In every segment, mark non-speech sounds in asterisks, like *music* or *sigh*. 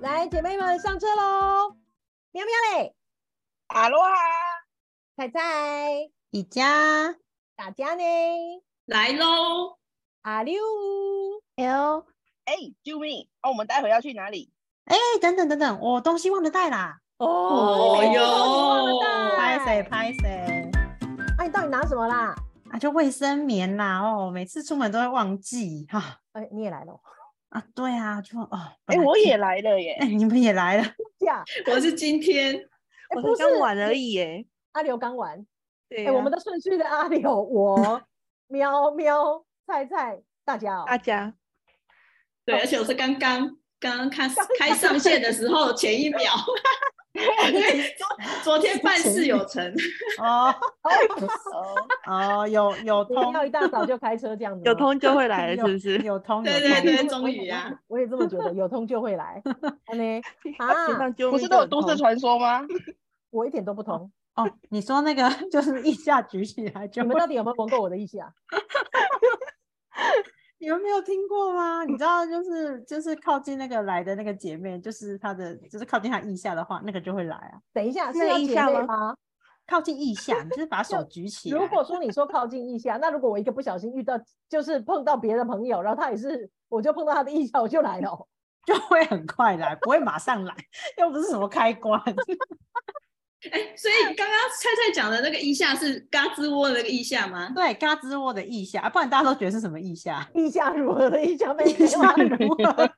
来，姐妹们上车喽！喵喵嘞，阿罗哈，菜菜，迪迦大家呢？来喽！阿六， L，哎，救命！哦，我们待会要去哪 *laughs* 里？哎，等等等等，我东西忘了带啦，哦哟哎拍拍谁？谁拍谁啊，你到底拿什么啦？啊，就卫生棉啦，哦，每次出门都会忘记哈哎，你也来了，啊，对啊，就哦，哎，本来我就也，来了耶！哎，你们也来了，呀， *laughs* 我是今天哎我不才是刚玩而已耶。阿刘刚完，对哎、啊，我们的顺序的阿刘，我喵喵菜菜，大家哦，大家对，而且我是刚刚刚哦刚看开上线的时候前一秒， *laughs* 对，昨昨天办事有成，哦哦，哦，有有你们通要一大早就开车这样子吗，有通就会 *laughs* 来有了，是不是？有通，对有对通对我也终于啊我也，我也这么觉得，有通就会来。 *laughs* 安妮，啊基本上就不是都有都市传说吗？ *laughs* 我一点都不同。哦，你说那个就是腋下举起来就你们会到底有没有闻过我的意思啊？你们没有听过吗？你知道，就是就是靠近那个来的那个姐妹，就是她的，就是靠近她腋下的话，那个就会来啊。等一下是那要腋姐下妹吗吗？靠近腋下，你就是把手举起来。如果说你说靠近腋下，那如果我一个不小心遇到，就是碰到别的朋友，然后他也是，我就碰到他的腋下，我就来了哦。就会很快来，不会马上来，又不是什么开关。哎，所以刚刚菜菜讲的那个意下是嘎吱窝的那个意下吗？对，嘎吱窝的腋下，啊不然大家都觉得是什么腋下？腋下如何的腋下没腋有下啊如何？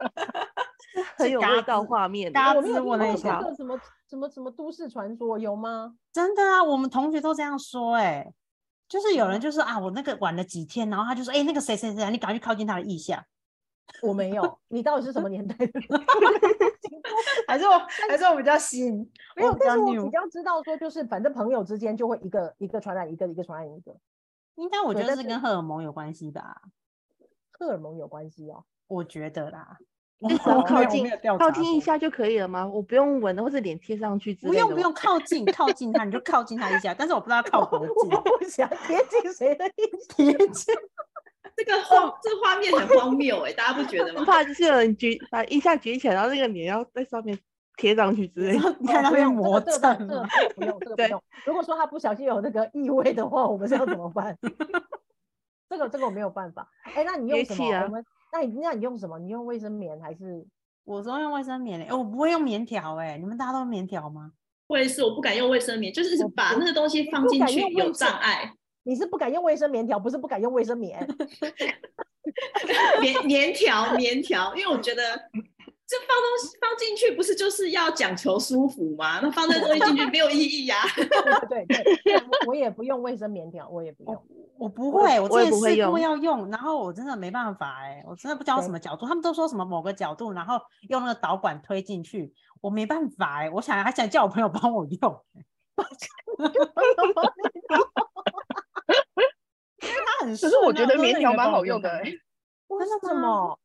*laughs* 很有嘎味道吱画面的。嘎我没有吱听窝过的腋这下，个什么什么什么都市传说有吗？真的啊，我们同学都这样说、哎，就是有人就说啊，我那个玩了几天，然后他就说，哎、那个谁谁谁啊，你赶快去靠近他的腋下，我没有，你到底是什么年代的 *laughs* 人？ *laughs* 还是我还是我比较新，没有，比但较是我比 new，较知道说，就是反正朋友之间就会一个一个传染一个，一个传染一个，应该我觉对得但是是跟荷尔蒙有关系吧，荷尔蒙有关系哦。 *laughs* 我觉得啦。我哎，只要我 *laughs* 没靠有近我没有调靠查近一过下就可以了吗？我不用闻，或是脸贴上去之不类的用吗。不用靠近靠近他，你就靠近他一下，但是我不知道靠多我近，不想贴近谁的腋下。贴近这个画这个画面很荒谬哎，大家不觉得 *laughs* 很吗？怕就是有人举把一下举起来，然后那个脸要在上面贴上去之类然 *laughs* 的。后你看哦他不被用魔这怔个这个嘛，这个不用，这个不啊对用。如果说他不小心有那个异味的话，我们是要怎么 *laughs* 办？这个这个我没有办法。哎，那你用憋什气么？啊我们那你那你用什么？你用卫生棉还是？我都用卫生棉嘞、欸，我不会用棉条哎、你们大家都用棉条吗？我也是，我不敢用卫生棉，就是我把那个东西放不进敢去用卫有生障碍，你是不敢用卫生棉条，不是不敢用卫生棉，棉棉条棉条，因为我觉得这放东西放进去不是就是要讲求舒服吗？那放这东西进去没有意义啊呀、对对对 *laughs* 对，我我也不用卫生棉条，我也不哦用。我不我会，也我我之也前不会试过用要用，然后我真的没办法哎、我真的不知道什对么角度，他们都说什么某个角度，然后用那个导管推进去，我没办法哎、我想还想叫我朋友帮我用， *laughs* 他很可顺是啊，我觉得都棉那条个蛮帮好我用的啊哎，为真的什吗么？啊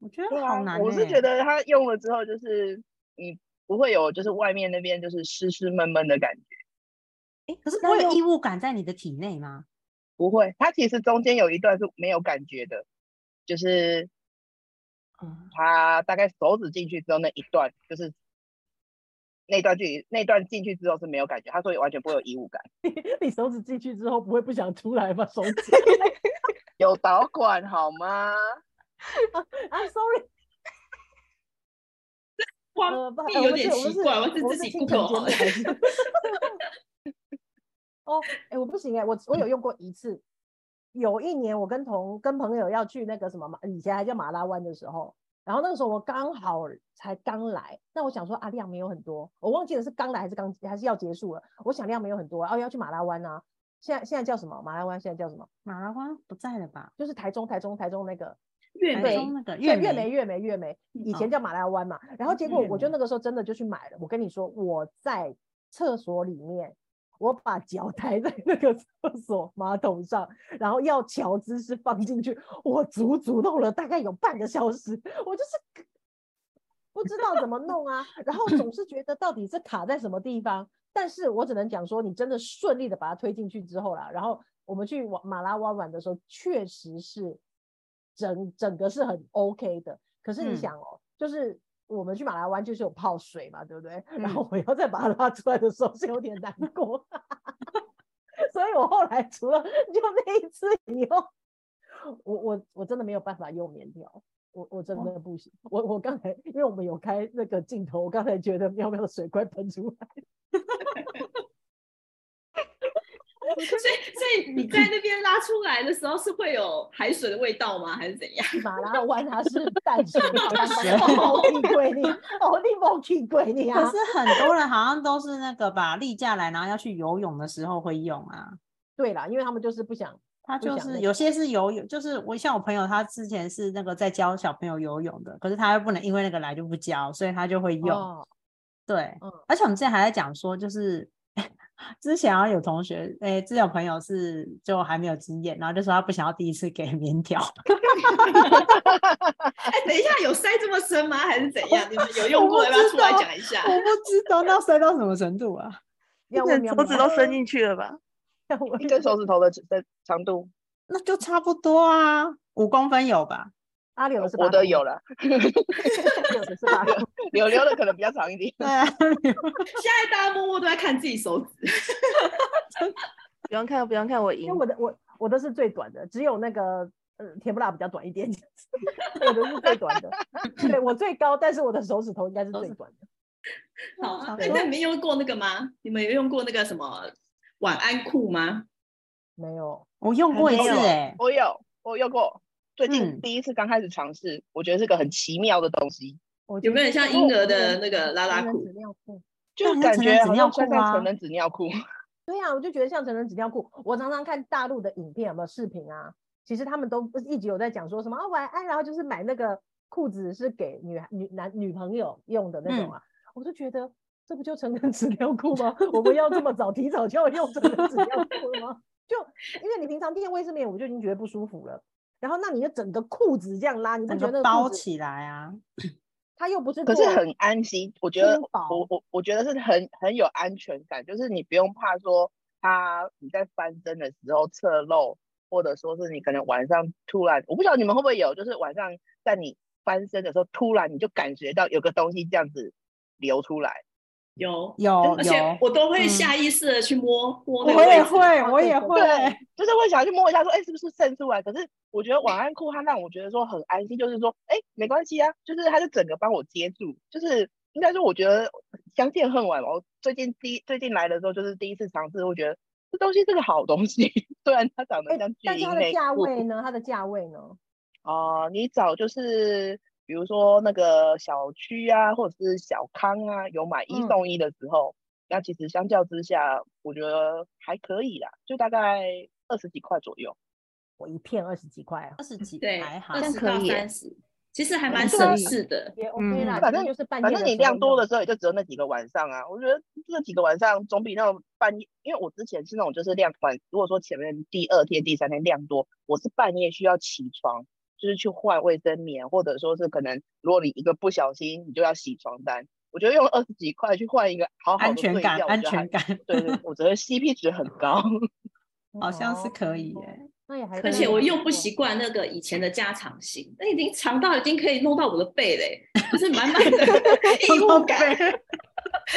我觉得对好啊，难、欸我是觉，得它用了之后，就是你不会有就是外面那边就是湿湿闷闷的感觉，可是不那会有用异物感在你的体内吗？不会。它其实中间有一段是没有感觉的，就是嗯，它大概手指进去之后那一段，就是那段距离那段进去之后是没有感觉，他说完全不会有异物感。 *laughs* 你手指进去之后不会不想出来吗？手指有导管好 *laughs* 吗？啊，sorry， *laughs* 荒呃，不好，谬我有们点是我们奇怪，我我是们自己清晨 Google 好了。节目 *laughs* 还是哦，哎、我不行哎、我我有用过一次。有一年我跟同跟朋友要去那个什么马，以前还叫马拉湾的时候，然后那个时候我刚好才刚来，那我想说啊量没有很多，我忘记了是刚来还是刚还是要结束了，我想量没有很多，哦要去马拉湾啊，现在现在叫什么马拉湾？现在叫什么？马拉瓜不在了吧？就是台中台中台中那个月台对美中那个对，月月梅梅月梅月梅，以前哦叫马拉湾嘛。然后结果月我就梅那个时候真的就去买了。我跟你说，我在厕所里面，我把脚 *laughs* 抬在那个厕所马桶上，然后要桥姿势放进去，我足足弄了大概有半个小时，我就是不知道怎么弄啊，然后总是觉得到底是卡在什么地方。但是我只能讲说，你真的顺利的把它推进去之后啦，然后我们去瓦马拉瓦玩的时候，确实是整整个是很 OK 的。可是你嗯想哦，就是我们去马来湾就是有泡水嘛，对不对？ *laughs* 然后我要再把它拉出来的时候是有点难过， *laughs* 所以我后来除了就那一次以后，我我我真的没有办法用棉条。我我真的不行，我我刚才因为我们有开那个镜头，我刚才觉得喵喵的水快喷出来，所以，所以你在那边拉出来的时候是会有海水的味道吗？还是怎 *laughs* 样？马拉湾它是淡水淡水，好地鬼哦你，好地方去鬼你可啊！是很多人好像都是那个吧，例假来然后要去游泳的时候会用啊。对啦，因为他们就是不想他不就想那是有些是游泳，就是我像我朋友，他之前是那个在教小朋友游泳的，可是他又不能因为那个来就不教，所以他就会用。哦对，嗯而且我们之前还在讲说，就是 *laughs* 之前好像有同学，哎、之前有朋友是就还没有经验，然后就说他不想要第一次给 *laughs* 棉条，哎、等一下，有塞这么深吗？还是怎 *laughs* 样？你们有用过？我要不不要出来知道讲一下我？不知道那塞到什么程度啊？要问整喵手指喵都伸进去了吧？要问一根手指头的的长度， *laughs* 那就差不多啊，五公分有吧？阿柳是我八的公有 *laughs* 了，阿柳的是吧？柳柳的可能比较长一点。对啊， *laughs* *laughs* 现在大家默默都在看自己手指，不用看，不用看，我赢因嗯为。我的我我的是最短的，只有那个呃甜不辣比较短一点，我的是最短 *laughs* 的。对我最高，但是我的手指头应该是手最指短的。好我啊想，哎说那你们用过那个吗？你们有用过那个什么晚安裤吗？没有，我用过一还次没有哎、我有，我用过。最嗯近第一次刚开始尝试，我觉得是个很奇妙的东西，我有没有很像婴儿的那个个拉拉裤？就那感成觉人纸好尿像穿裤上啊成人纸尿裤。对呀、我就觉得像成人纸尿裤。我常常看大陆的影片，有没有视频啊？其实他们都一直有在讲说什么啊晚安，然后就是买那个裤子是给女孩女男女朋友用的那种嗯啊。我就觉得这不就成人纸尿裤吗？我们要这么早提早就要用成人纸尿裤了吗？就因为你平常垫卫生棉，我就已经觉得不舒服了。然后那你就整个裤子这样拉，你不整觉得那个个包裤子起来啊，它又不是可是做很安心，我觉得轻薄我我我觉得是很很有安全感，就是你不用怕说他你在翻身的时候侧漏，或者说是你可能晚上突然，我不晓得你们会不会有，就是晚上在你翻身的时候，突然你就感觉到有个东西这样子流出来，有，有而且有，我都会嗯下意识的去摸摸那个我位也置会，哦我对也对会。就是会想要去摸一下说，哎，是不是渗出来？可是我觉得晚安裤它让我觉得说很安心，就是说，哎，没关系啊，就是它是整个帮我接住，就是应该说，我觉得相见恨晚嘛。我最近第一最近来的时候，就是第一次尝试，会觉得这东西是个好东西， *laughs* 虽然它长哎得像巨但是婴它的内价裤位呢？它的价位呢？哦、你找就是比如说那个小区啊，或者是小康啊，有买一嗯送一的时候，那其实相较之下，我觉得还可以啦，就大概二十几块左右。我一片二十几块啊。二十几对，还好二，像十可到以耶三十，其实还蛮对省啊事的。也 OK 啦，嗯反其实正就是半夜反的正你时量候多用的时候也就只有那几个晚上啊。我觉得这几个晚上总比那种半夜，因为我之前是那种就是量晚，如果说前面第二天、第三天量多，我是半夜需要起床，就是去换卫生棉，或者说是可能如果你一个不小心，你就要洗床单。我觉得用二十几块去换一个好好安的全睡感，觉，我安觉得还全感，对对，我觉得 CP 值很高。好像是哦可以欸耶。 *laughs* 那也还而可而以且啊不我又不错习惯那个以前的加长型，那已经长到已经可以弄到我的背嘞、 *laughs* 就是满满的异物感。 *laughs*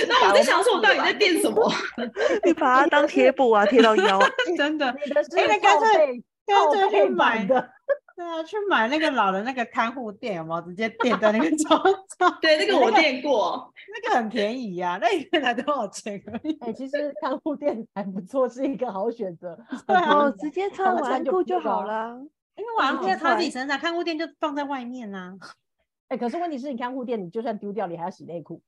那我在想说，我到底在垫什么？ *laughs* 你把它当贴 *laughs* 布啊，贴到腰。真的，你的是哎那干靠脆背干靠脆背版去买哦的，对啊，去买那个老的那个看护垫，有没有直接垫在那个 *laughs* 床上？对，那个我垫过，那个很便宜呀、那一个才多少钱而已。哎，其实看护垫还不错，是一个好选择。 *laughs* 对啊哦，哦，直接穿好晚穿安就裤不就错好啊啦。因为晚上很不要快插自己身上，看护垫就放在外面啊呐、哎，可是问题是你看护垫，你就算丢掉，你还要洗内裤。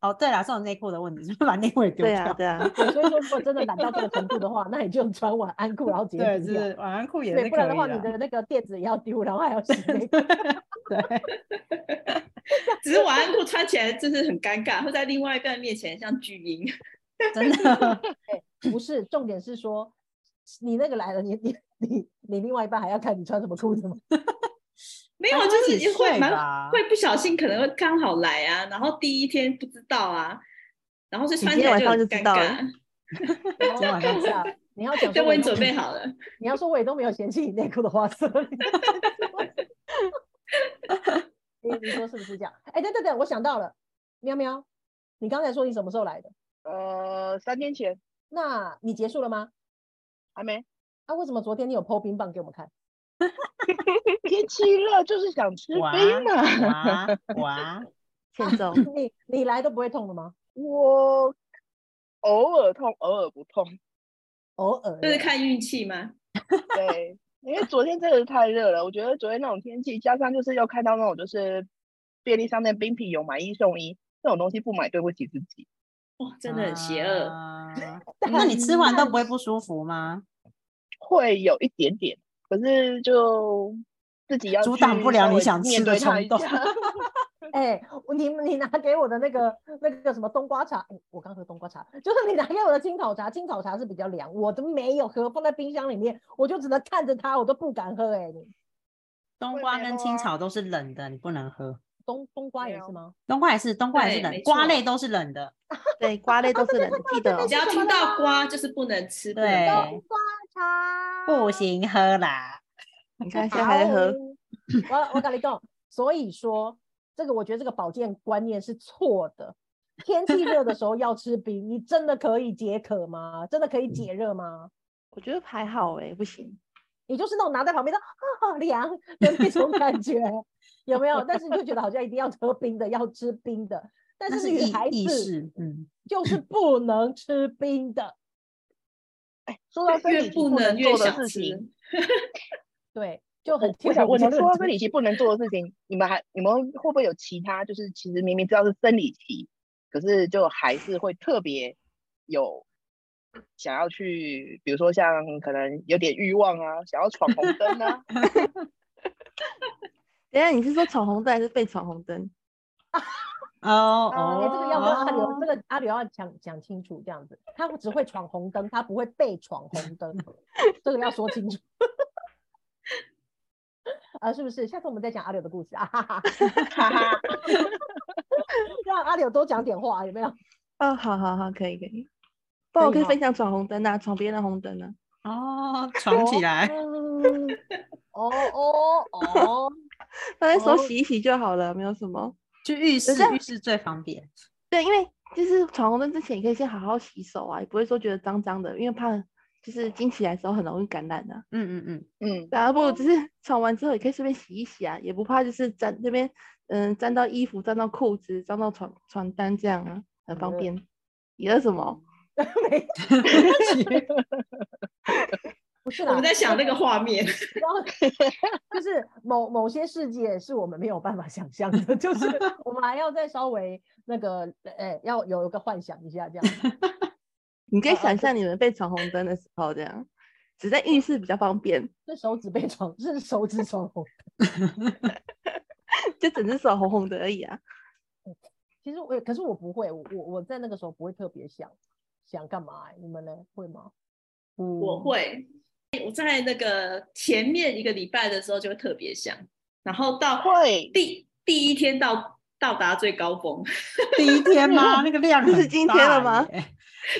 哦，对了，是有内裤的问题，就把内裤也丢对啊，掉。对啊，对所以说，如果真的懒到这个程度的话，那你就穿晚安裤，然后直接对，丢就掉。是晚安裤也对，是不可以然的话，你的那个垫子也要丢，然后还要洗内裤。对， *laughs* 只是晚安裤穿起来就是很尴尬，会在另外一半面前像巨婴。 *laughs* 真 *laughs* 的不是，重点是说你那个来了，你你你你另外一半还要看你穿什么裤子 *laughs* 吗？没有，还就会一起是会睡蛮吧会不小心可能会刚好来啊，然后第一天不知道啊，然后就你穿今起天来晚就很上就尴知道了然后尬。今天晚上这样你要讲对，说我我已也经都准备好了。你要 *laughs* 说我也都没有嫌弃你内裤的花色，你知道吗你你你说是不是这样？哎，等等等，我想到了，喵喵，你刚才说你什么时候来的？呃，三天前那你结束了吗？还没，啊，为什么昨天你有剖冰棒给我们看？。天气热就是想吃哇冰嘛。 *laughs* 哇哇！欠揍你你来都不会痛的吗？我偶尔痛，偶尔不痛。偶尔就是的看运气吗？对，因为昨天真的是太热了，我觉得昨天那种天气，加上就是又看到那种就是便利商店冰品有买一送一这种东西，不买对不起自己。哇，真的很邪恶。啊那你吃完都不会不舒服吗？会有一点点，可是就自己要阻挡去不了稍你微想面吃的对它冲一动下 *laughs* *laughs* 哎、我你你拿给我的那个那个什么冬瓜茶，哎我刚喝冬瓜茶，就是你拿给我的青草茶，青草茶是比较凉，我都没有喝，放在冰箱里面，我就只能看着它，我都不敢喝、哎，你冬会瓜没跟有青啊草都是冷的，你不能喝。冬冬瓜没也是有吗？冬瓜也是，冬瓜也是对冷没，瓜错类都是冷的。对，瓜类都是冷的，记得哦 *laughs* 只要听到瓜就是不能吃，不能对碰冬瓜茶不，行喝啦。你看现在还在喝好。我我跟你讲，所以说这个我觉得这个保健观念是错的。天气热的时候要吃冰，你真的可以解渴吗？真的可以解热吗？我觉得还好哎、不行，你就是那种拿在旁边的啊凉的那种感觉，有没有？但是你就觉得好像一定要喝冰的，要吃冰的，但那是是女意孩意子识，嗯，就是不能吃冰的。哎，说到身越体期不能能越做的想事吃。情，对，就我很我想问你，说到生这里，理期不能做的事情，你们还你们会不会有其他？就是其实明明知道是生理期，可是就还是会特别有想要去，比如说像可能有点欲望啊，想要闯红灯 *laughs* 啊， *laughs* 等一下你是说闯红灯还是被闯红灯？哦哦哎、，这个要跟阿哦刘，这个阿刘要讲讲清楚，这样子，他只会闯红灯，他不会被闯红灯，这个要说清楚。 *laughs* 啊，是不是？下次我们再讲阿柳的故事啊， *laughs* 哈哈哈哈哈，让阿柳多讲点话，啊有没 *laughs* 有？哦，好好好，可以可以。不，我可可以以分享闯红灯啊，闯别人的红灯啊。哦，闯起来，嗯哦哦哦，那手哦洗一洗就好了，没有什么。去浴室这，样浴室最方便。对，因为就是闯红灯之前，你可以先好好洗手啊，也不会说觉得脏脏的，因为怕就是经起来的时候很容易感染啊。嗯嗯嗯， *laughs* 嗯，然后不如就是闯完之后也可以顺便洗一洗啊，也不怕就是沾那边嗯沾到衣服、沾到裤子、沾到床床单这样啊，很方嗯便。你饿什么？没不是啦，我们在想啊那个画面，然后就是某某些世界是我们没有办法想象的，就是我们还要再稍微那个，呃，要有一个幻想一下这样子。你可哦以哦想对象你们被闯红灯的时候这样，只在浴室比较方便， *laughs* 是手指被闯，是手指闯红。 *laughs* 就整只手红红的而已啊。其实我也，可是我不会，我我我在那个时候不会特别想想干嘛、欸你们呢？会吗？ *laughs* 嗯我我会，我在那个前面一个礼拜的时候就会特别想，然后到会第第一天到到达最高峰， *laughs* *laughs* 第一天啊吗？那个量这是很今天了大吗耶？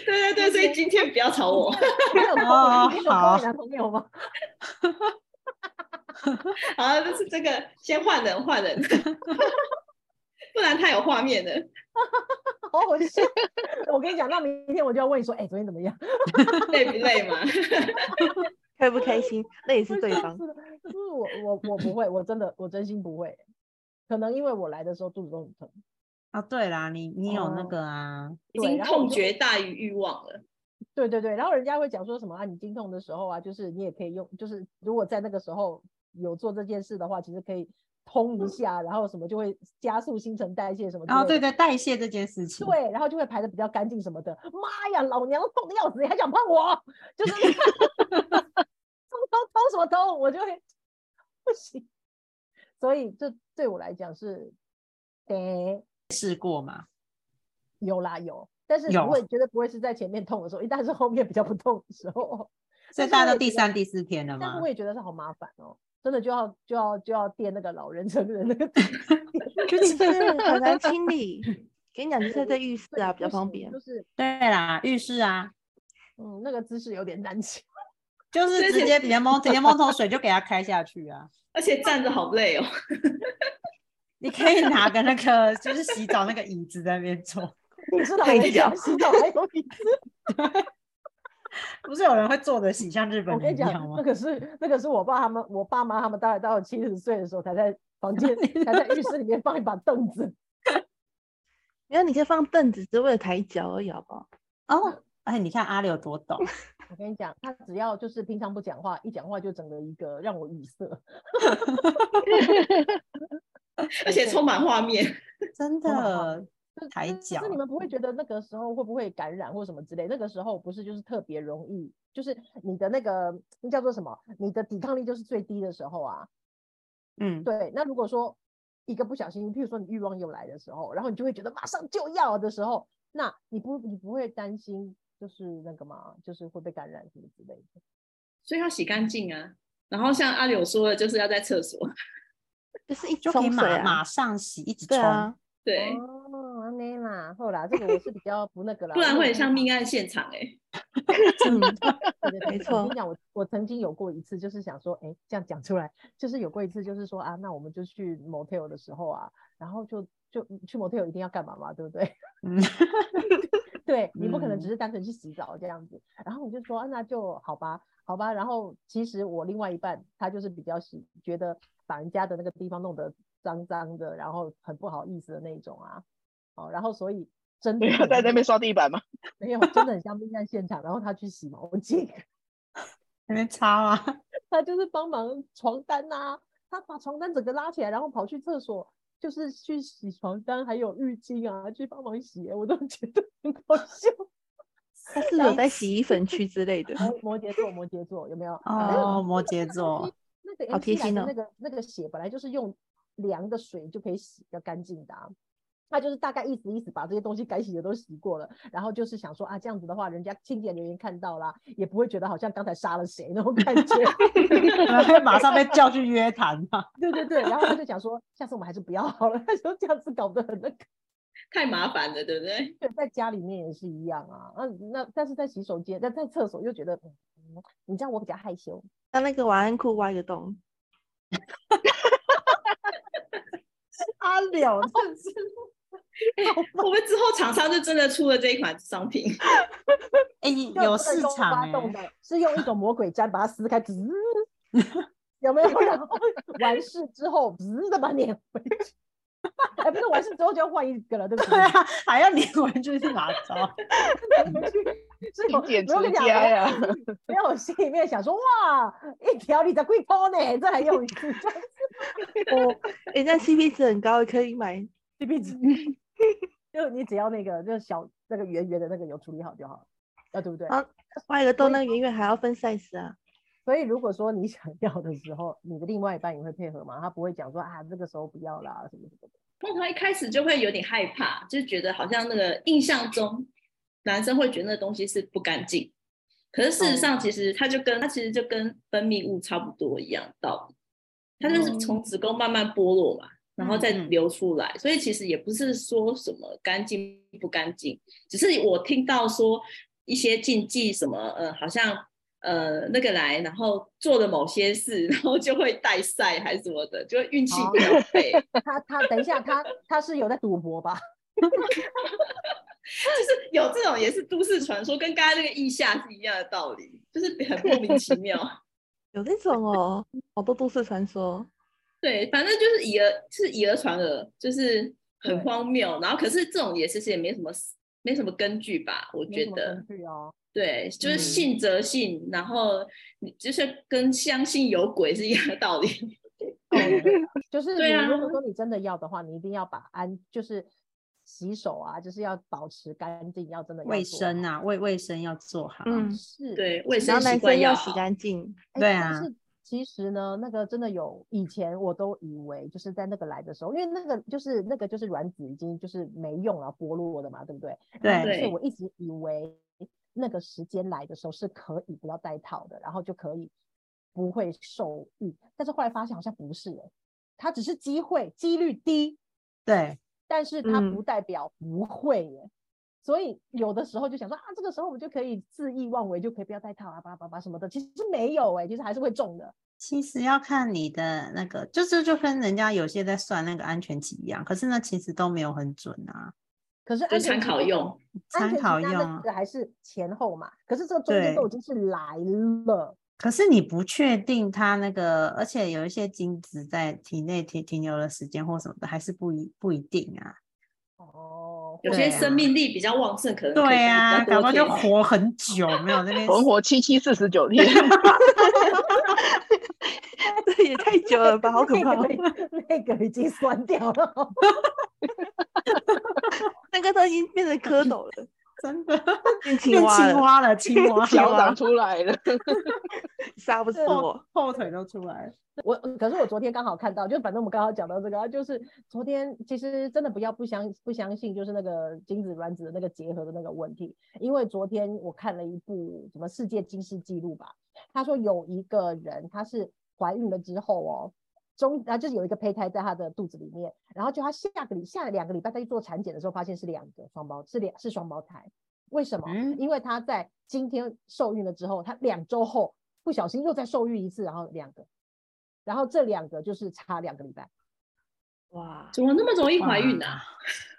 对对对，所以今天不要吵我，你有 *laughs* 哦空，你有空好你男朋友吗？ *laughs* 好啊，就是这个先换人换人， *laughs* 不然太有画面了。好好笑！我跟你讲，那明天我就要问你说，哎、昨天怎么样？ *laughs* 累不累嘛？ *laughs* 开不开心，那也是会对笑方死。了可是我我我不会，我真的我真心不会，可能因为我来的时候肚子都很疼，啊，对啦，你你有那哦个啊，已对经然后我痛就觉大于欲望了。对对对，然后人家会讲说什么啊，你经痛的时候啊，就是你也可以用，就是如果在那个时候有做这件事的话，其实可以通一下，然后什么就会加速新陈代谢什么之类哦，的。对对，代谢这件事情，对，然后就会排的比较干净什么的。妈呀，老娘痛的要死，你还想碰我？就是 *laughs* 通通通什么通，我就会不行。所以这对我来讲是得试过嘛？有啦有，但是有不会绝对不会是在前面痛的时候，一旦是后面比较不痛的时候。所但以是大我家也都第觉得三、第四天了但嘛是我？也觉得是好麻烦哦，真的就要就要就要垫那个老人成 *laughs* 人那个地就是很难清理。跟你讲，就是在浴室对啊，比较不方行便就。是对啦，浴室啊，嗯，那个姿势有点难 *laughs* 行。就是对直对接 *laughs* 连蒙直接蒙头水就给它开下去啊。而且站着好累哦，你可以拿个那个就是洗澡那个椅子在那边坐，你知道我退们掉讲洗澡还有椅子，不是有人会坐着洗，像日本我跟人你一讲样，吗 *laughs* 那？个是那个是我爸他们，我爸妈他们大概到了七十岁的时候才在 *laughs* 房间才在浴室里面放一把凳子， *laughs* 没有，你可以放凳子，只是为了抬脚而已，好不好？哦，哎，你看阿柳多懂，我跟你讲，他只要就是平常不讲话，一讲话就整个一个让我语塞。而且充满画面。真充满画的就抬但脚是你们不会觉得那个时候会不会感染或什么之类？那个时候不是就是特别容易，就是你的那个那叫做什么？你的抵抗力就是最低的时候啊。嗯，对，那如果说一个不小心，譬如说你欲望又来的时候，然后你就会觉得马上就要的时候，那你不你不会担心就是那个嘛，就是会被感染什么之类的。所以要洗干净啊。然后像阿柳说的，就是要在厕所。就是一就可以冲马、水啊马，上洗，一直对冲。啊，对，哦，安内啦，后来这个我是比较不那个啦， *laughs* 不然因为会我很像平命案现场哎、嗯，对 *laughs* 对对，没我跟错你讲，我我曾经有过一次，就是想说，哎，这样讲出来，就是有过一次，就是说啊，那我们就去 motel 的时候啊，然后就就去 motel 一定要干嘛嘛，对不对？嗯， *laughs* 对你不可能只嗯是单纯去洗澡这样子。然后我就说，啊那就好吧，好吧。然后其实我另外一半他就是比较喜觉得把人家的那个地方弄得脏脏的，然后很不好意思的那一种啊，哦，然后所以真的没有很 *laughs* 在那像边刷地板吗？没有，真的很像命案现场。然后他去洗毛巾。那边擦啊，他就是帮忙床单呐、他把床单整个拉起来，然后跑去厕所，就是去洗床单，还有浴巾啊，去帮忙洗，我都觉得很好 *laughs* 笑。它是不是有在洗衣粉区之类 *laughs* 的。摩摩羯座，摩羯座有没有？哦，摩羯座，那个好 MC 贴来心的哦那个那个血本来就是用凉的水就可以洗比较干净的、啊，他就是大概意思意思把这些东西该洗的都洗过了，然后就是想说啊这样子的话，人家清洁人员看到啦，也不会觉得好像刚才杀了谁那种感觉。 *laughs* 马上被叫去约谈嘛。对对对，然后他就讲说，下次我们还是不要好了。他 *laughs* 说这样子搞得很那个，太麻烦了，对不对？对，在家里面也是一样啊。嗯，那但是在洗手间，但在厕所又觉得，嗯，嗯你知道我比较害羞，那那个晚安裤挖一个洞，阿柳 *laughs* 真 *laughs* 是会不会欸之后厂商就真的出了这一款商品？哎、就真有的市用场挖哎、洞的，欸是用一种魔鬼粘把它撕开，滋，有没有？然后完事之后，滋的把它粘回去。哎，不是完事之后就要换一个了，对不 *laughs* 对啊，还要连回去是哪招？对？回去是有勤俭没有跟持你讲家没有呀没有，我心里面想说，哇，一条你的贵包呢，这还用一次，这样哦，人家 CP 值很高，可以买。 CP 值，就你只要那个就是小那个圆圆的那个有处理好就好了，啊，对不对？啊挖一个以洞，那个圆圆还要分 size 啊。所以如果说你想要的时候，你的另外一半也会配合嘛，他不会讲说啊这个时候不要啦什么什么的。通常一开始就会有点害怕，就觉得好像那个印象中男生会觉得那东西是不干净，可是事实哦上其实它就跟它其实就跟分泌物差不多一样道理，它就是从子宫慢慢剥落嘛，然后再哦嗯嗯流出来，所以其实也不是说什么干净不干净，只是我听到说一些禁忌什么呃好像。呃，那个来，然后做了某些事，然后就会带赛还是什么的，就会运气哦不 *laughs* 了背。他他等一下他他是有在赌博吧？ *laughs* 就是有这种也是都市传说，跟刚刚那个意下是一样的道理，就是很莫名其妙。 *laughs* 有这种哦，好多都市传说。对，反正就是以讹是以讹传讹，就是很对荒谬。然后可是这种也其实也没什么没什么根据吧，我没觉什么得根。据哦。对，就是嗯信则信，然后你就是跟相信有鬼是一样的道理。 *laughs* 哦对啊就是对你如啊果说你真的要的话，你一定要把安就是洗手啊，就是要保持干净，要真的要卫做生好。啊，卫卫生要做好。嗯，是，对，卫然生后习男惯生要洗好。干净。哎对但啊是其实呢，那个真的有，以前我都以为就是在那个来的时候，因为那个就是那个就是卵子已经就是没用了，剥落的嘛，对不对？对所对以我一直以为那个时间来的时候是可以不要戴套的，然后就可以不会受孕，但是后来发现好像不是、欸，它只是机会几率低，对，但是它不嗯代表不会耶。所以有的时候就想说啊，这个时候我们就可以恣意妄为，就可以不要戴套啊，叭叭叭什么的。其实没有哎、其实还是会中的。其实要看你的那个，就是就跟人家有些在算那个安全期一样，可是呢，其实都没有很准啊，可是就安全参期考那个用，安参全期考它用那啊。个还是前后嘛？可是这个中间都已经是来了，可是你不确定它那个，而且有一些精子在体内停停留的时间或什么的，还是不一不一定啊。哦，有或些对啊生命力比较旺盛，可能对呀、啊，搞不好多就天活很久，没有 *laughs* 那边存活七七四十 *laughs* 九天，这也太久呃了吧，好可怕那！哦 *laughs* 个已那个已经酸掉了，那个都已经变成蝌蚪了，真 *laughs* 的变青变蛙青了，蛙了，青 *laughs* 蛙脚蛙长出来了。杀不死后我。 *laughs* 后腿都出来了。我可是我昨天刚好看到，就反正我们刚好讲到这个啊，就是昨天其实真的不要不相不相信，就是那个精子卵子的那个结合的那个问题，因为昨天我看了一部什么世界金氏纪录吧，他说有一个人她是怀孕了之后哦，中啊就是有一个胚胎在她的肚子里面，然后就她下个礼下两个礼拜再去做产检的时候，发现是两个双胞是两是双胞胎，为什么？嗯，因为她在今天受孕了之后，她两周后不小心又再受孕一次，然后两个，然后这两个就是差两个礼拜。哇，怎么那么容易怀孕啊？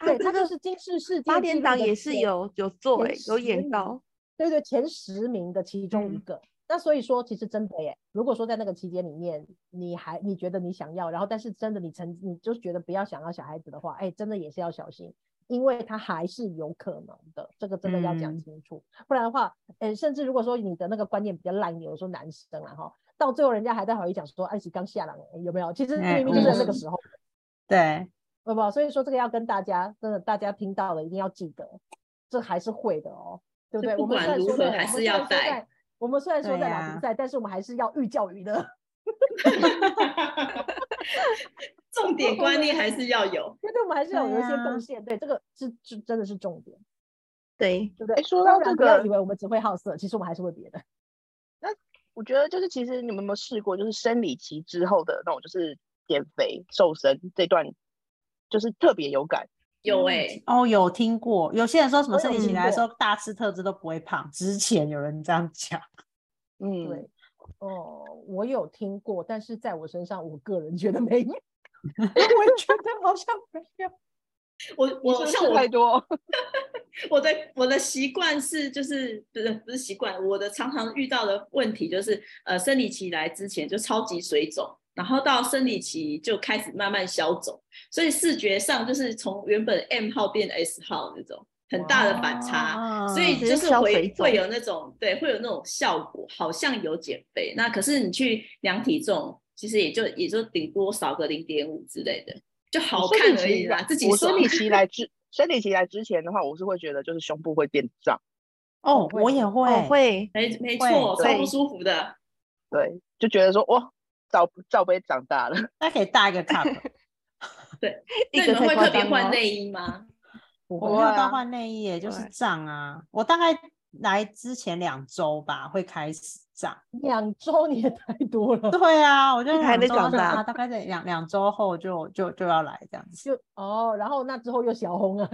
对，她就是金氏世界八纪点录档的也是前有有做前哎，有十演到名。对对，前十名的其中一嗯个。那所以说，其实真的耶，如果说在那个期间里面，你还你觉得你想要，然后但是真的你曾你就觉得不要想要小孩子的话，哎，真的也是要小心，因为它还是有可能的，这个真的要讲嗯清楚，不然的话，呃，甚至如果说你的那个观念比较烂一点，我说男生啊哈，到最后人家还在好意讲说，哎，是刚下来有没有？其实哎明明就是在那嗯个时候，对，不不，所以说这个要跟大家真的，大家听到了一定要记得，这还是会的哦，对不对？就不我们管虽然如说何在还我们是虽然说要带在我们虽然说对在打呀比赛，但是我们还是要寓教于乐。 *laughs* *laughs* 重点观念还是要有。 *laughs* 嗯对对，我们还是要有对一些呀贡献。对，这个是是真的是重点，对，对不对哎？说当到然这不要个以为我们只会好色，其实我们还是会别的。我觉得就是，其实你们有没有试过，就是生理期之后的那种，就是减肥瘦身这段，就是特别有感。有哎、哦，有听过，有些人说什么我生有理期听来过说大吃特吃都不会胖，之前有人这样讲，嗯，对，哦，我有听过，但是在我身上，我个人觉得没有，我觉得好像没有。我你是我不是像吃我太多，我的我的习惯是就是不是不是习惯，我的常常遇到的问题就是呃生理期来之前就超级水肿，然后到生理期就开始慢慢消肿，所以视觉上就是从原本 M 号变 S 号那种很大的反差。啊所以只就是是嗯消会肥会肿有那种对，会有那种效果，好像有减肥，那可是你去量体重，其实也就也就顶多少个零点五之类的，就好我生看理而期已啦，来自己我爽 *laughs* 生理期来之生理期来之前的话，我是会觉得就是胸部会变胀， *laughs* 哦，会我也我会，会没没会错，超不对舒服的。对，就觉得说哇，罩罩杯长大了。 *laughs* 那可以大一个 cup，一那你个们太会特夸别张换了。内衣吗？不我会没会有啊 *laughs* 到换内衣耶，就是对胀啊，我大概来之前两周吧会开始胀。 *laughs* 两周你也太多了， *laughs* 对啊，我就还两没周长就大啊，大概在两两周后就就就要来这样子。就哦，然后那之后又小红啊，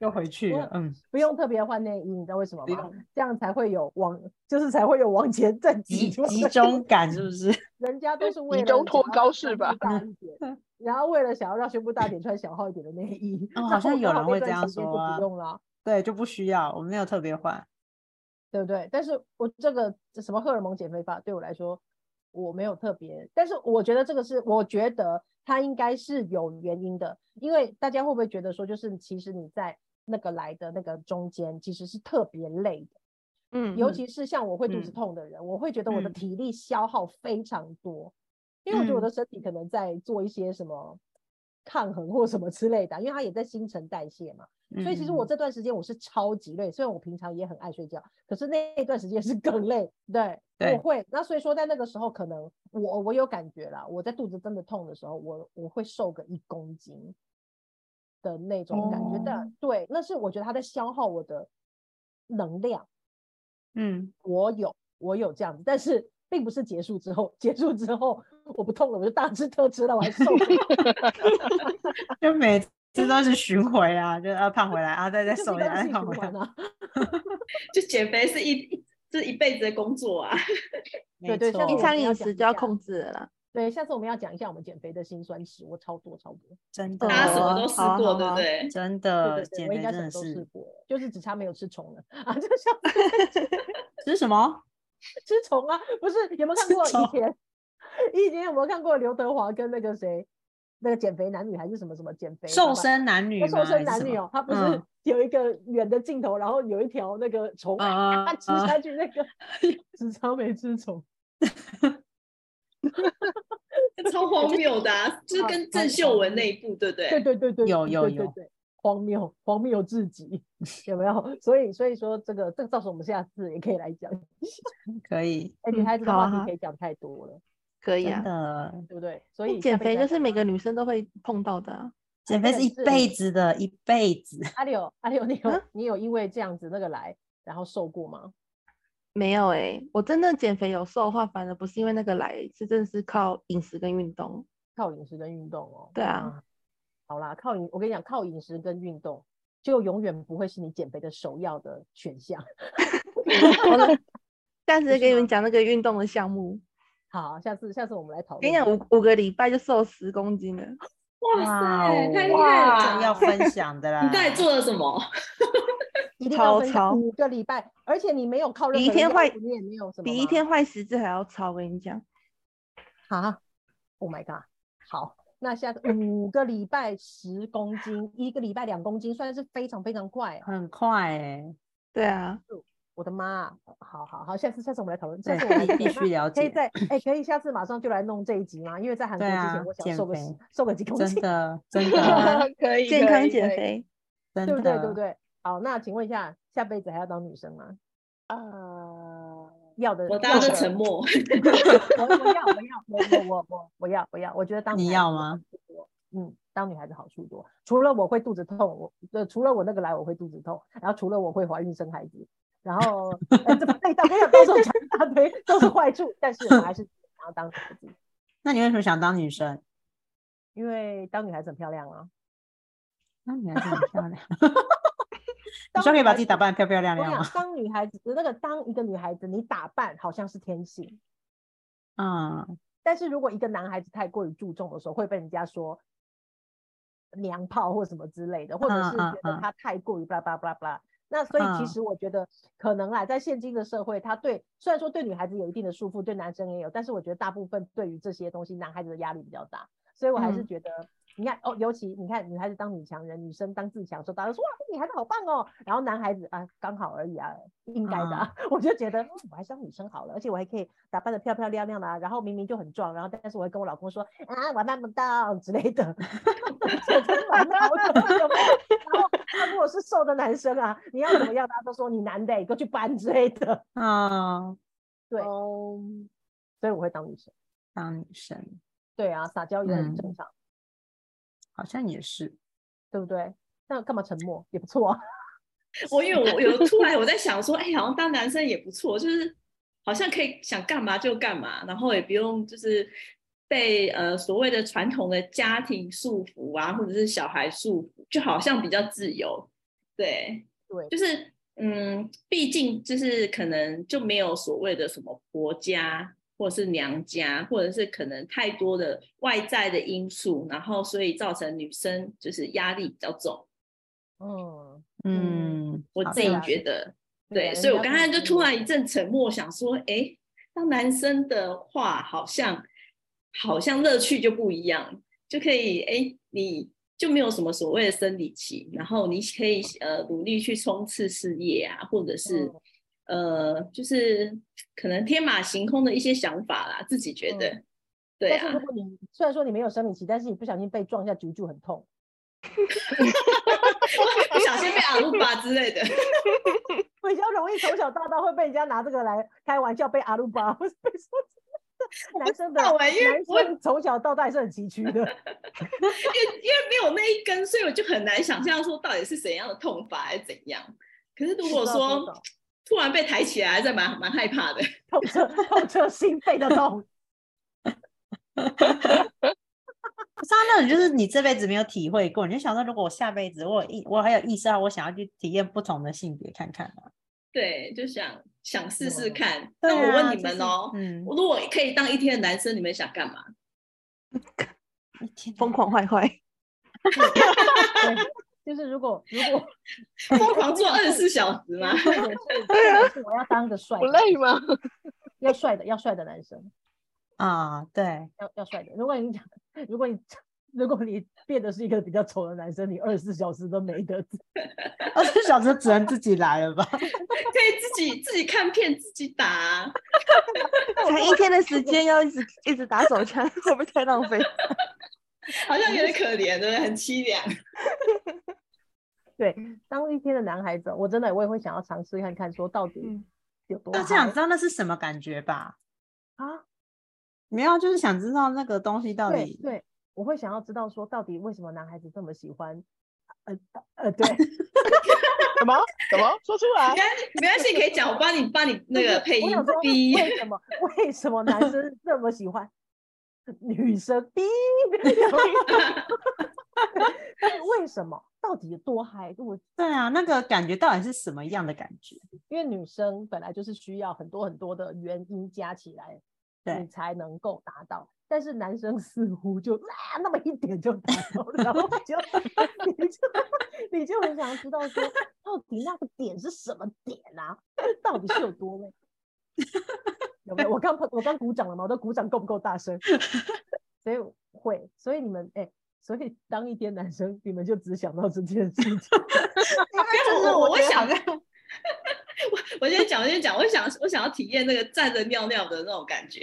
又回去我了，嗯， *laughs* 不用特别换内衣，你知道为什么不吗用？这样才会有往，就是才会有往前再集挤出来集的中感是不是？ *laughs* 人家都是为了中想脱要高让是胸部吧大一 *laughs* 点，然后为了想要让胸部大一点，穿小号一点的内衣。*laughs* 哦那好像后有刚人会那段这样时间说就啊不用了，对，就不需要，我没有特别换。对不对？但是我这个这什么荷尔蒙减肥法对我来说，我没有特别，但是我觉得这个是，我觉得它应该是有原因的，因为大家会不会觉得说，就是其实你在那个来的那个中间，其实是特别累的。嗯，尤嗯其是像我会肚子嗯痛的人，我会觉得我的嗯体力消耗非常多，因为我觉得我嗯的身体可能在做一些什么抗衡或什么之类的，因为它也在新陈代谢嘛。所以其实我嗯这段时间我是超级累，虽然我平常也很爱睡觉，可是那一段时间是更累。对，对我会。那所以说在那个时候，可能我我有感觉啦，我在肚子真的痛的时候，我我会瘦个一公斤的那种感觉。但哦对，那是我觉得它在消耗我的能量。嗯，我有，我有这样子，但是并不是结束之后，结 *laughs* 束之后我不痛了，我就大吃特吃了，我还瘦了就每这都是巡回啊，就是要胖回来啊，再再就瘦一是下，当再性胖循回来环。啊。就减肥是一这一辈子的工作啊。对没对像错我平们常要饮讲食一就要下控制了啦。对，下次我们要讲一下我们减肥的辛酸史，我超多超多。真的，呃大家什么都试好啊过，好对啊不对？ *laughs* 真对的对对，呃减我应肥该真什么的都试是过了，就是只差没有吃虫了啊，就 *laughs* 像是什么？吃虫啊，不是有没有看吃过以虫前？以前有没有看过刘德华跟那个谁，那个减肥男女还是什么什么减肥爸瘦爸身男女那吗？瘦还身是男什女么哦，他不是嗯有一个远的镜头，然后有一条那个虫，嗯嗯他吃嗯下去那 *laughs* 个只差没吃虫，超荒谬的、啊，就是啊跟超郑秀文那一部，对不对？对对对对，有有对对有对，荒谬荒谬至极， *laughs* 有没有？所以所以说这个这个到时候我们下次也可以来讲，可以，而且嗯孩子的好啊话好题啊可以讲太多了，可以真啊，的，对不对？所因为以减肥就是每每个女生都会碰到的、啊。减这肥个是一是辈子的，一辈子。阿柳阿柳，你有啊你有因为这样子那个来然后瘦过吗？没有哎、我真正减肥有瘦的话，反而不是因为那个来，是真的是靠饮食跟运动。靠饮食跟运动哦。对嗯啊哇，好啦，靠饮，我跟你讲，靠饮食跟运动就永远不会是你减肥的首要的选项。 *laughs* 我的下次是给你吗们讲那个运动的项目。好，下次下次我们来讨跟论这你讲，个。五五个礼拜就瘦十公斤了。哇塞，哦太厉害了这吧！要分享的啦。你到底做了什 *laughs* 么？一定要超分享超五个礼拜，而且你没有靠任比何一天药坏物你也没有什么比一吗天坏十次还要超，我跟你讲，啊！Oh my god！好，那下次五个礼拜十公斤，一个礼拜两公斤，算是非常非常快。很快哎，对啊，我的妈啊！好好好，下次下次我们来讨论，下对次我们来讨必必论那须了可以解，在哎、可以下次马上就来弄这一集吗？因为在韩国对之前，啊我想减瘦个肥十瘦个几公真斤，的真啊的可以健可康以减可以肥，真对的，不对？对不对？好，那请问一下，下辈子还要当女生吗？啊。要的，呃我大要家都的沉默。 *laughs* 我我要我要我我我我我要我要，我觉得当女你孩要子有吗好处多？嗯，当女孩子好处多，除了我会肚子痛，我呃除了我那个来我会肚子痛，然后除了我会怀孕生孩子，然后呃这不对的，我想到时候讲一大堆都是坏处，但是我还是想要当女孩子，那你为什么想当女生？因为当女孩子很漂亮啊。当女孩子很漂 *laughs* 亮，你当说可以女把孩自己子打扮得漂漂亮我亮啊想吗？当女孩子那个当一个女孩子，你打扮好像是天性，嗯，但是如果一个男孩子太过于注重的时候，会被人家说娘炮或什么之类的，或者嗯是嗯觉得嗯他太过于巴拉巴拉巴拉巴拉。那所以其嗯实我觉得可能啊啦，在现今的社会，他对虽然说对女孩子有一定的束缚，对男生也有，但是我觉得大部分对于这些东西，男孩子的压力比较大。所以我还是嗯觉得，你看哦，尤其你看女孩子当女强人，女生当自强的时候，大家都说哇，这女孩子好棒哦。然后男孩子啊，刚好而已啊，应该的、啊。 *laughs* 我就觉得、嗯我还是当女生好了，而且我还可以打扮的漂漂亮亮的、啊，然后明明就很壮，然后但是我会跟我老公说啊，我办不到之类的。这真的蛮好可怕有没有？然后他如果是瘦的男生啊，你要怎么样，大家都说你男的、你给我去搬之类的。哦，对，哦，所以我会当女生。当女生对啊，撒娇也很正嗯常，好像也是，对不对？那干嘛沉默也不错啊。我因为我有突然我在想说，哎、好像当男生也不错，就是好像可以想干嘛就干嘛，然后也不用就是被呃所谓的传统的家庭束缚啊，或者是小孩束缚，就好像比较自由。对，对，就是嗯，毕竟就是可能就没有所谓的什么婆家或者是娘家，或者是可能太多的外在的因素，然后所以造成女生就是压力比较重。嗯，嗯嗯，我好自对己啊觉得，对啊对，所以人我家刚不才就能突然一阵沉默，想说，哎，当男生的话，好像好像乐趣就不一样，就可以，哎，你就没有什么所谓的生理期，然后你可以呃努力去冲刺事业啊，或者是、嗯呃就是可能天马行空的一些想法啦，自己觉得，嗯对但是啊如，果你虽然说你没有生理期，但是你不小心被撞一下，啾啾很痛。不小心被阿鲁巴之类的，比较容易从小到大会被人家拿这个来开玩笑，被阿鲁巴 *laughs* 或是被说之类的。男生的道欸因为男我生从小到大还是很崎岖的。因为因为没有那一根，所以我就很难想象说到底是怎样的痛法还是怎样。可是如不果知道多说少突然被抬起来，还是蛮蛮害怕的。 *laughs* 痛彻痛彻心扉的痛。不是啊，那种就是你这辈子没有体会过，你就想说，如果我下辈子我有意，我还有意识到我想要去体验不同的性别看看啊。对，就想想试试嗯看。对那我啊问就你们是哦，嗯，如果可以当一天的男生，你们想干嘛？一天疯狂坏坏， *laughs* *laughs* 对，就是如果如果疯 *laughs* 狂做二十四小时吗？ *laughs* 或者是或者是我要当个帅不的，累吗？ *laughs* 要帅的要帅的男生，啊，对，要要帅的。如果你如果你如果你变得是一个比较丑的男生，你二十四小时都没得自二十小时只能自己来 *laughs* 了吧？可以自己自己看片，自己打啊、才一天的时间要一 *laughs* 直一直打手枪，会不会太浪费？好像有点可怜，对不对？很凄凉。当一天的男孩子，哦我真的我也会想要尝试看看，说到底嗯，有多那这样嗨知道那是什么感觉吧？啊？没有，啊就是想知道那个东西到对底对，我会想要知道说到底为什么男孩子这么喜欢。呃呃，对，什么什么？说出来 *laughs* 没关系，没关系，可以讲，我帮你帮你那个配我音想说逼。为什么为什么男生这么喜欢女生？ *laughs* 逼， *laughs* 为什么？到底有多嗨？我对啊，那个感觉到底是什么样的感觉？因为女生本来就是需要很多很多的原因加起来，对你才能够达到。但是男生似乎就啊那么一点就达到了，然后你就你就你就很想知道说，到底那个点是什么点啊？到底是有多累？有没有？我刚我刚鼓掌了吗？我的鼓掌够不够大声？所以会，所以你们哎、所以当一天男生，你们就只想到这件事情。 *laughs* 就是 *laughs* 我觉得想好像我我先讲，我先讲，我想我想要体验那个站着尿尿的那种感觉，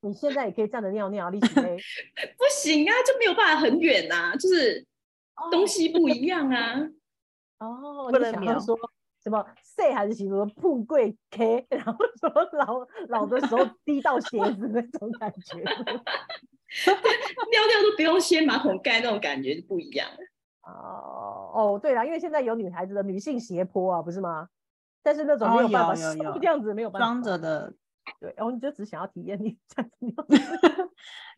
你现在也可以站着尿尿，立起杯。不行啊，就没有办法很远啊，就是东西不一样啊。哦，不你能想秒要说什么 say 还是什么富贵 K，然后说老老的时候滴到鞋子那种感觉。尿尿都不用掀马桶盖那种感觉就不一样。哦哦，对啦，因为现在有女孩子的女性斜坡啊，不是吗？但是那种哦没有办法，有有瘦有这样子没有办法。装着的，对，然后你就只想要体验你站着尿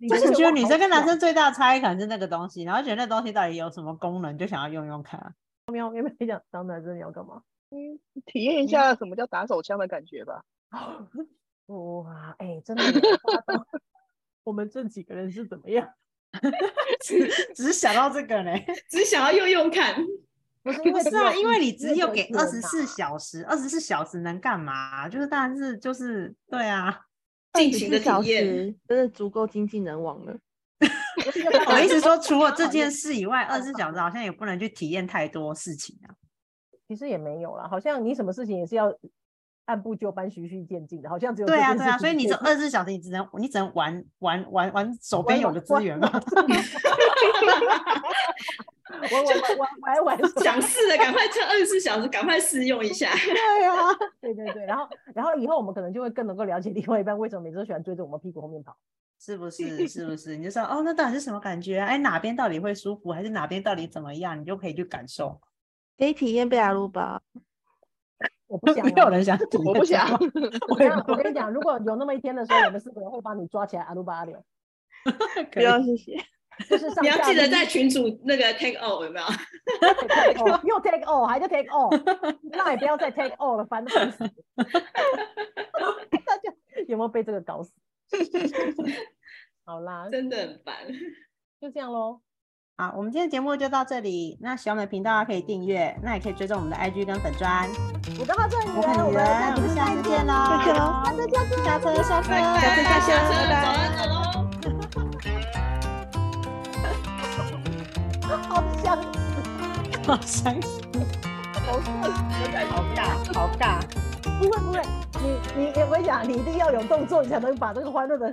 你就真是的觉得哇女好生跟男爽生最大的差异可能是那个东西，然后觉得那东西到底有什么功能，就想要用用看啊。喵喵喵讲当男生你要干嘛？体验一下什么叫打手枪的感觉吧。哇，哎、真的耶，大家都我们这几个人是怎么样？只 *laughs* 只是想到这个呢，只想要用用看，不是因 *laughs* 不为是只啊，有因一为你只有个 *laughs* 给人二十嘛四小时，二十四小时能干嘛？啊就是当然是就是对 *laughs* 啊，尽情的24小体验。时真的足够经济能网了。不是一个 *laughs* 我大意思人说除了这讨件厌事以 *laughs* 外，二十四小时好像也不能去体验太多事情啊。其实也没有啦，好像你什么事情也是要按部就班、循序渐进的，好像只有 *laughs* 对这啊件对事啊，所以情你是这二十四小时你只能你只能玩玩玩玩手玩边有玩的资源嘛。玩玩玩玩 *laughs* 玩玩 *laughs* 手想试的赶快趁二十四小时赶快试用一下。对啊， *laughs* 对对对，然后然后以后我们可能就会更能够了解另外一半为什么每次都喜欢追着我们屁股后面跑。 *laughs* 是不是？是不是？你就说哦，那到底是什么感觉啊？哎，哪边到底会舒服，还是哪边到底怎么样？你就可以去感受。可以体验贝拉鲁吧？我不 *laughs* 想没有啊，人想体验，我不想， *laughs* 我跟你我跟你讲，如果有那么一天的时候，我们四个人会把你抓起来阿鲁巴阿脸，不可以要，谢谢。就是上你要下记得撸在群主那个 take o v 有没有？ take all，又 take all，还在 take all，那也 *laughs* 不要再 take all 了，烦烦死了。 *laughs* 大家有没有被这个 *laughs* 搞死？ *laughs* 好啦，真的很烦。就这样喽。好，我们今天的节目就到这里。那喜欢我们的频道啊，可以订阅，那也可以追踪我们的 IG 跟粉砖。我刚刚这里我看人，我你们下人，次我们下次见喽，再见喽下次下次下车下车，下次车下下车车，拜拜走了走喽。 *laughs* 好香。好伤心，好尬，好尬。不会不会，你你我跟你讲，你一定要有动作，你才能把这个欢乐的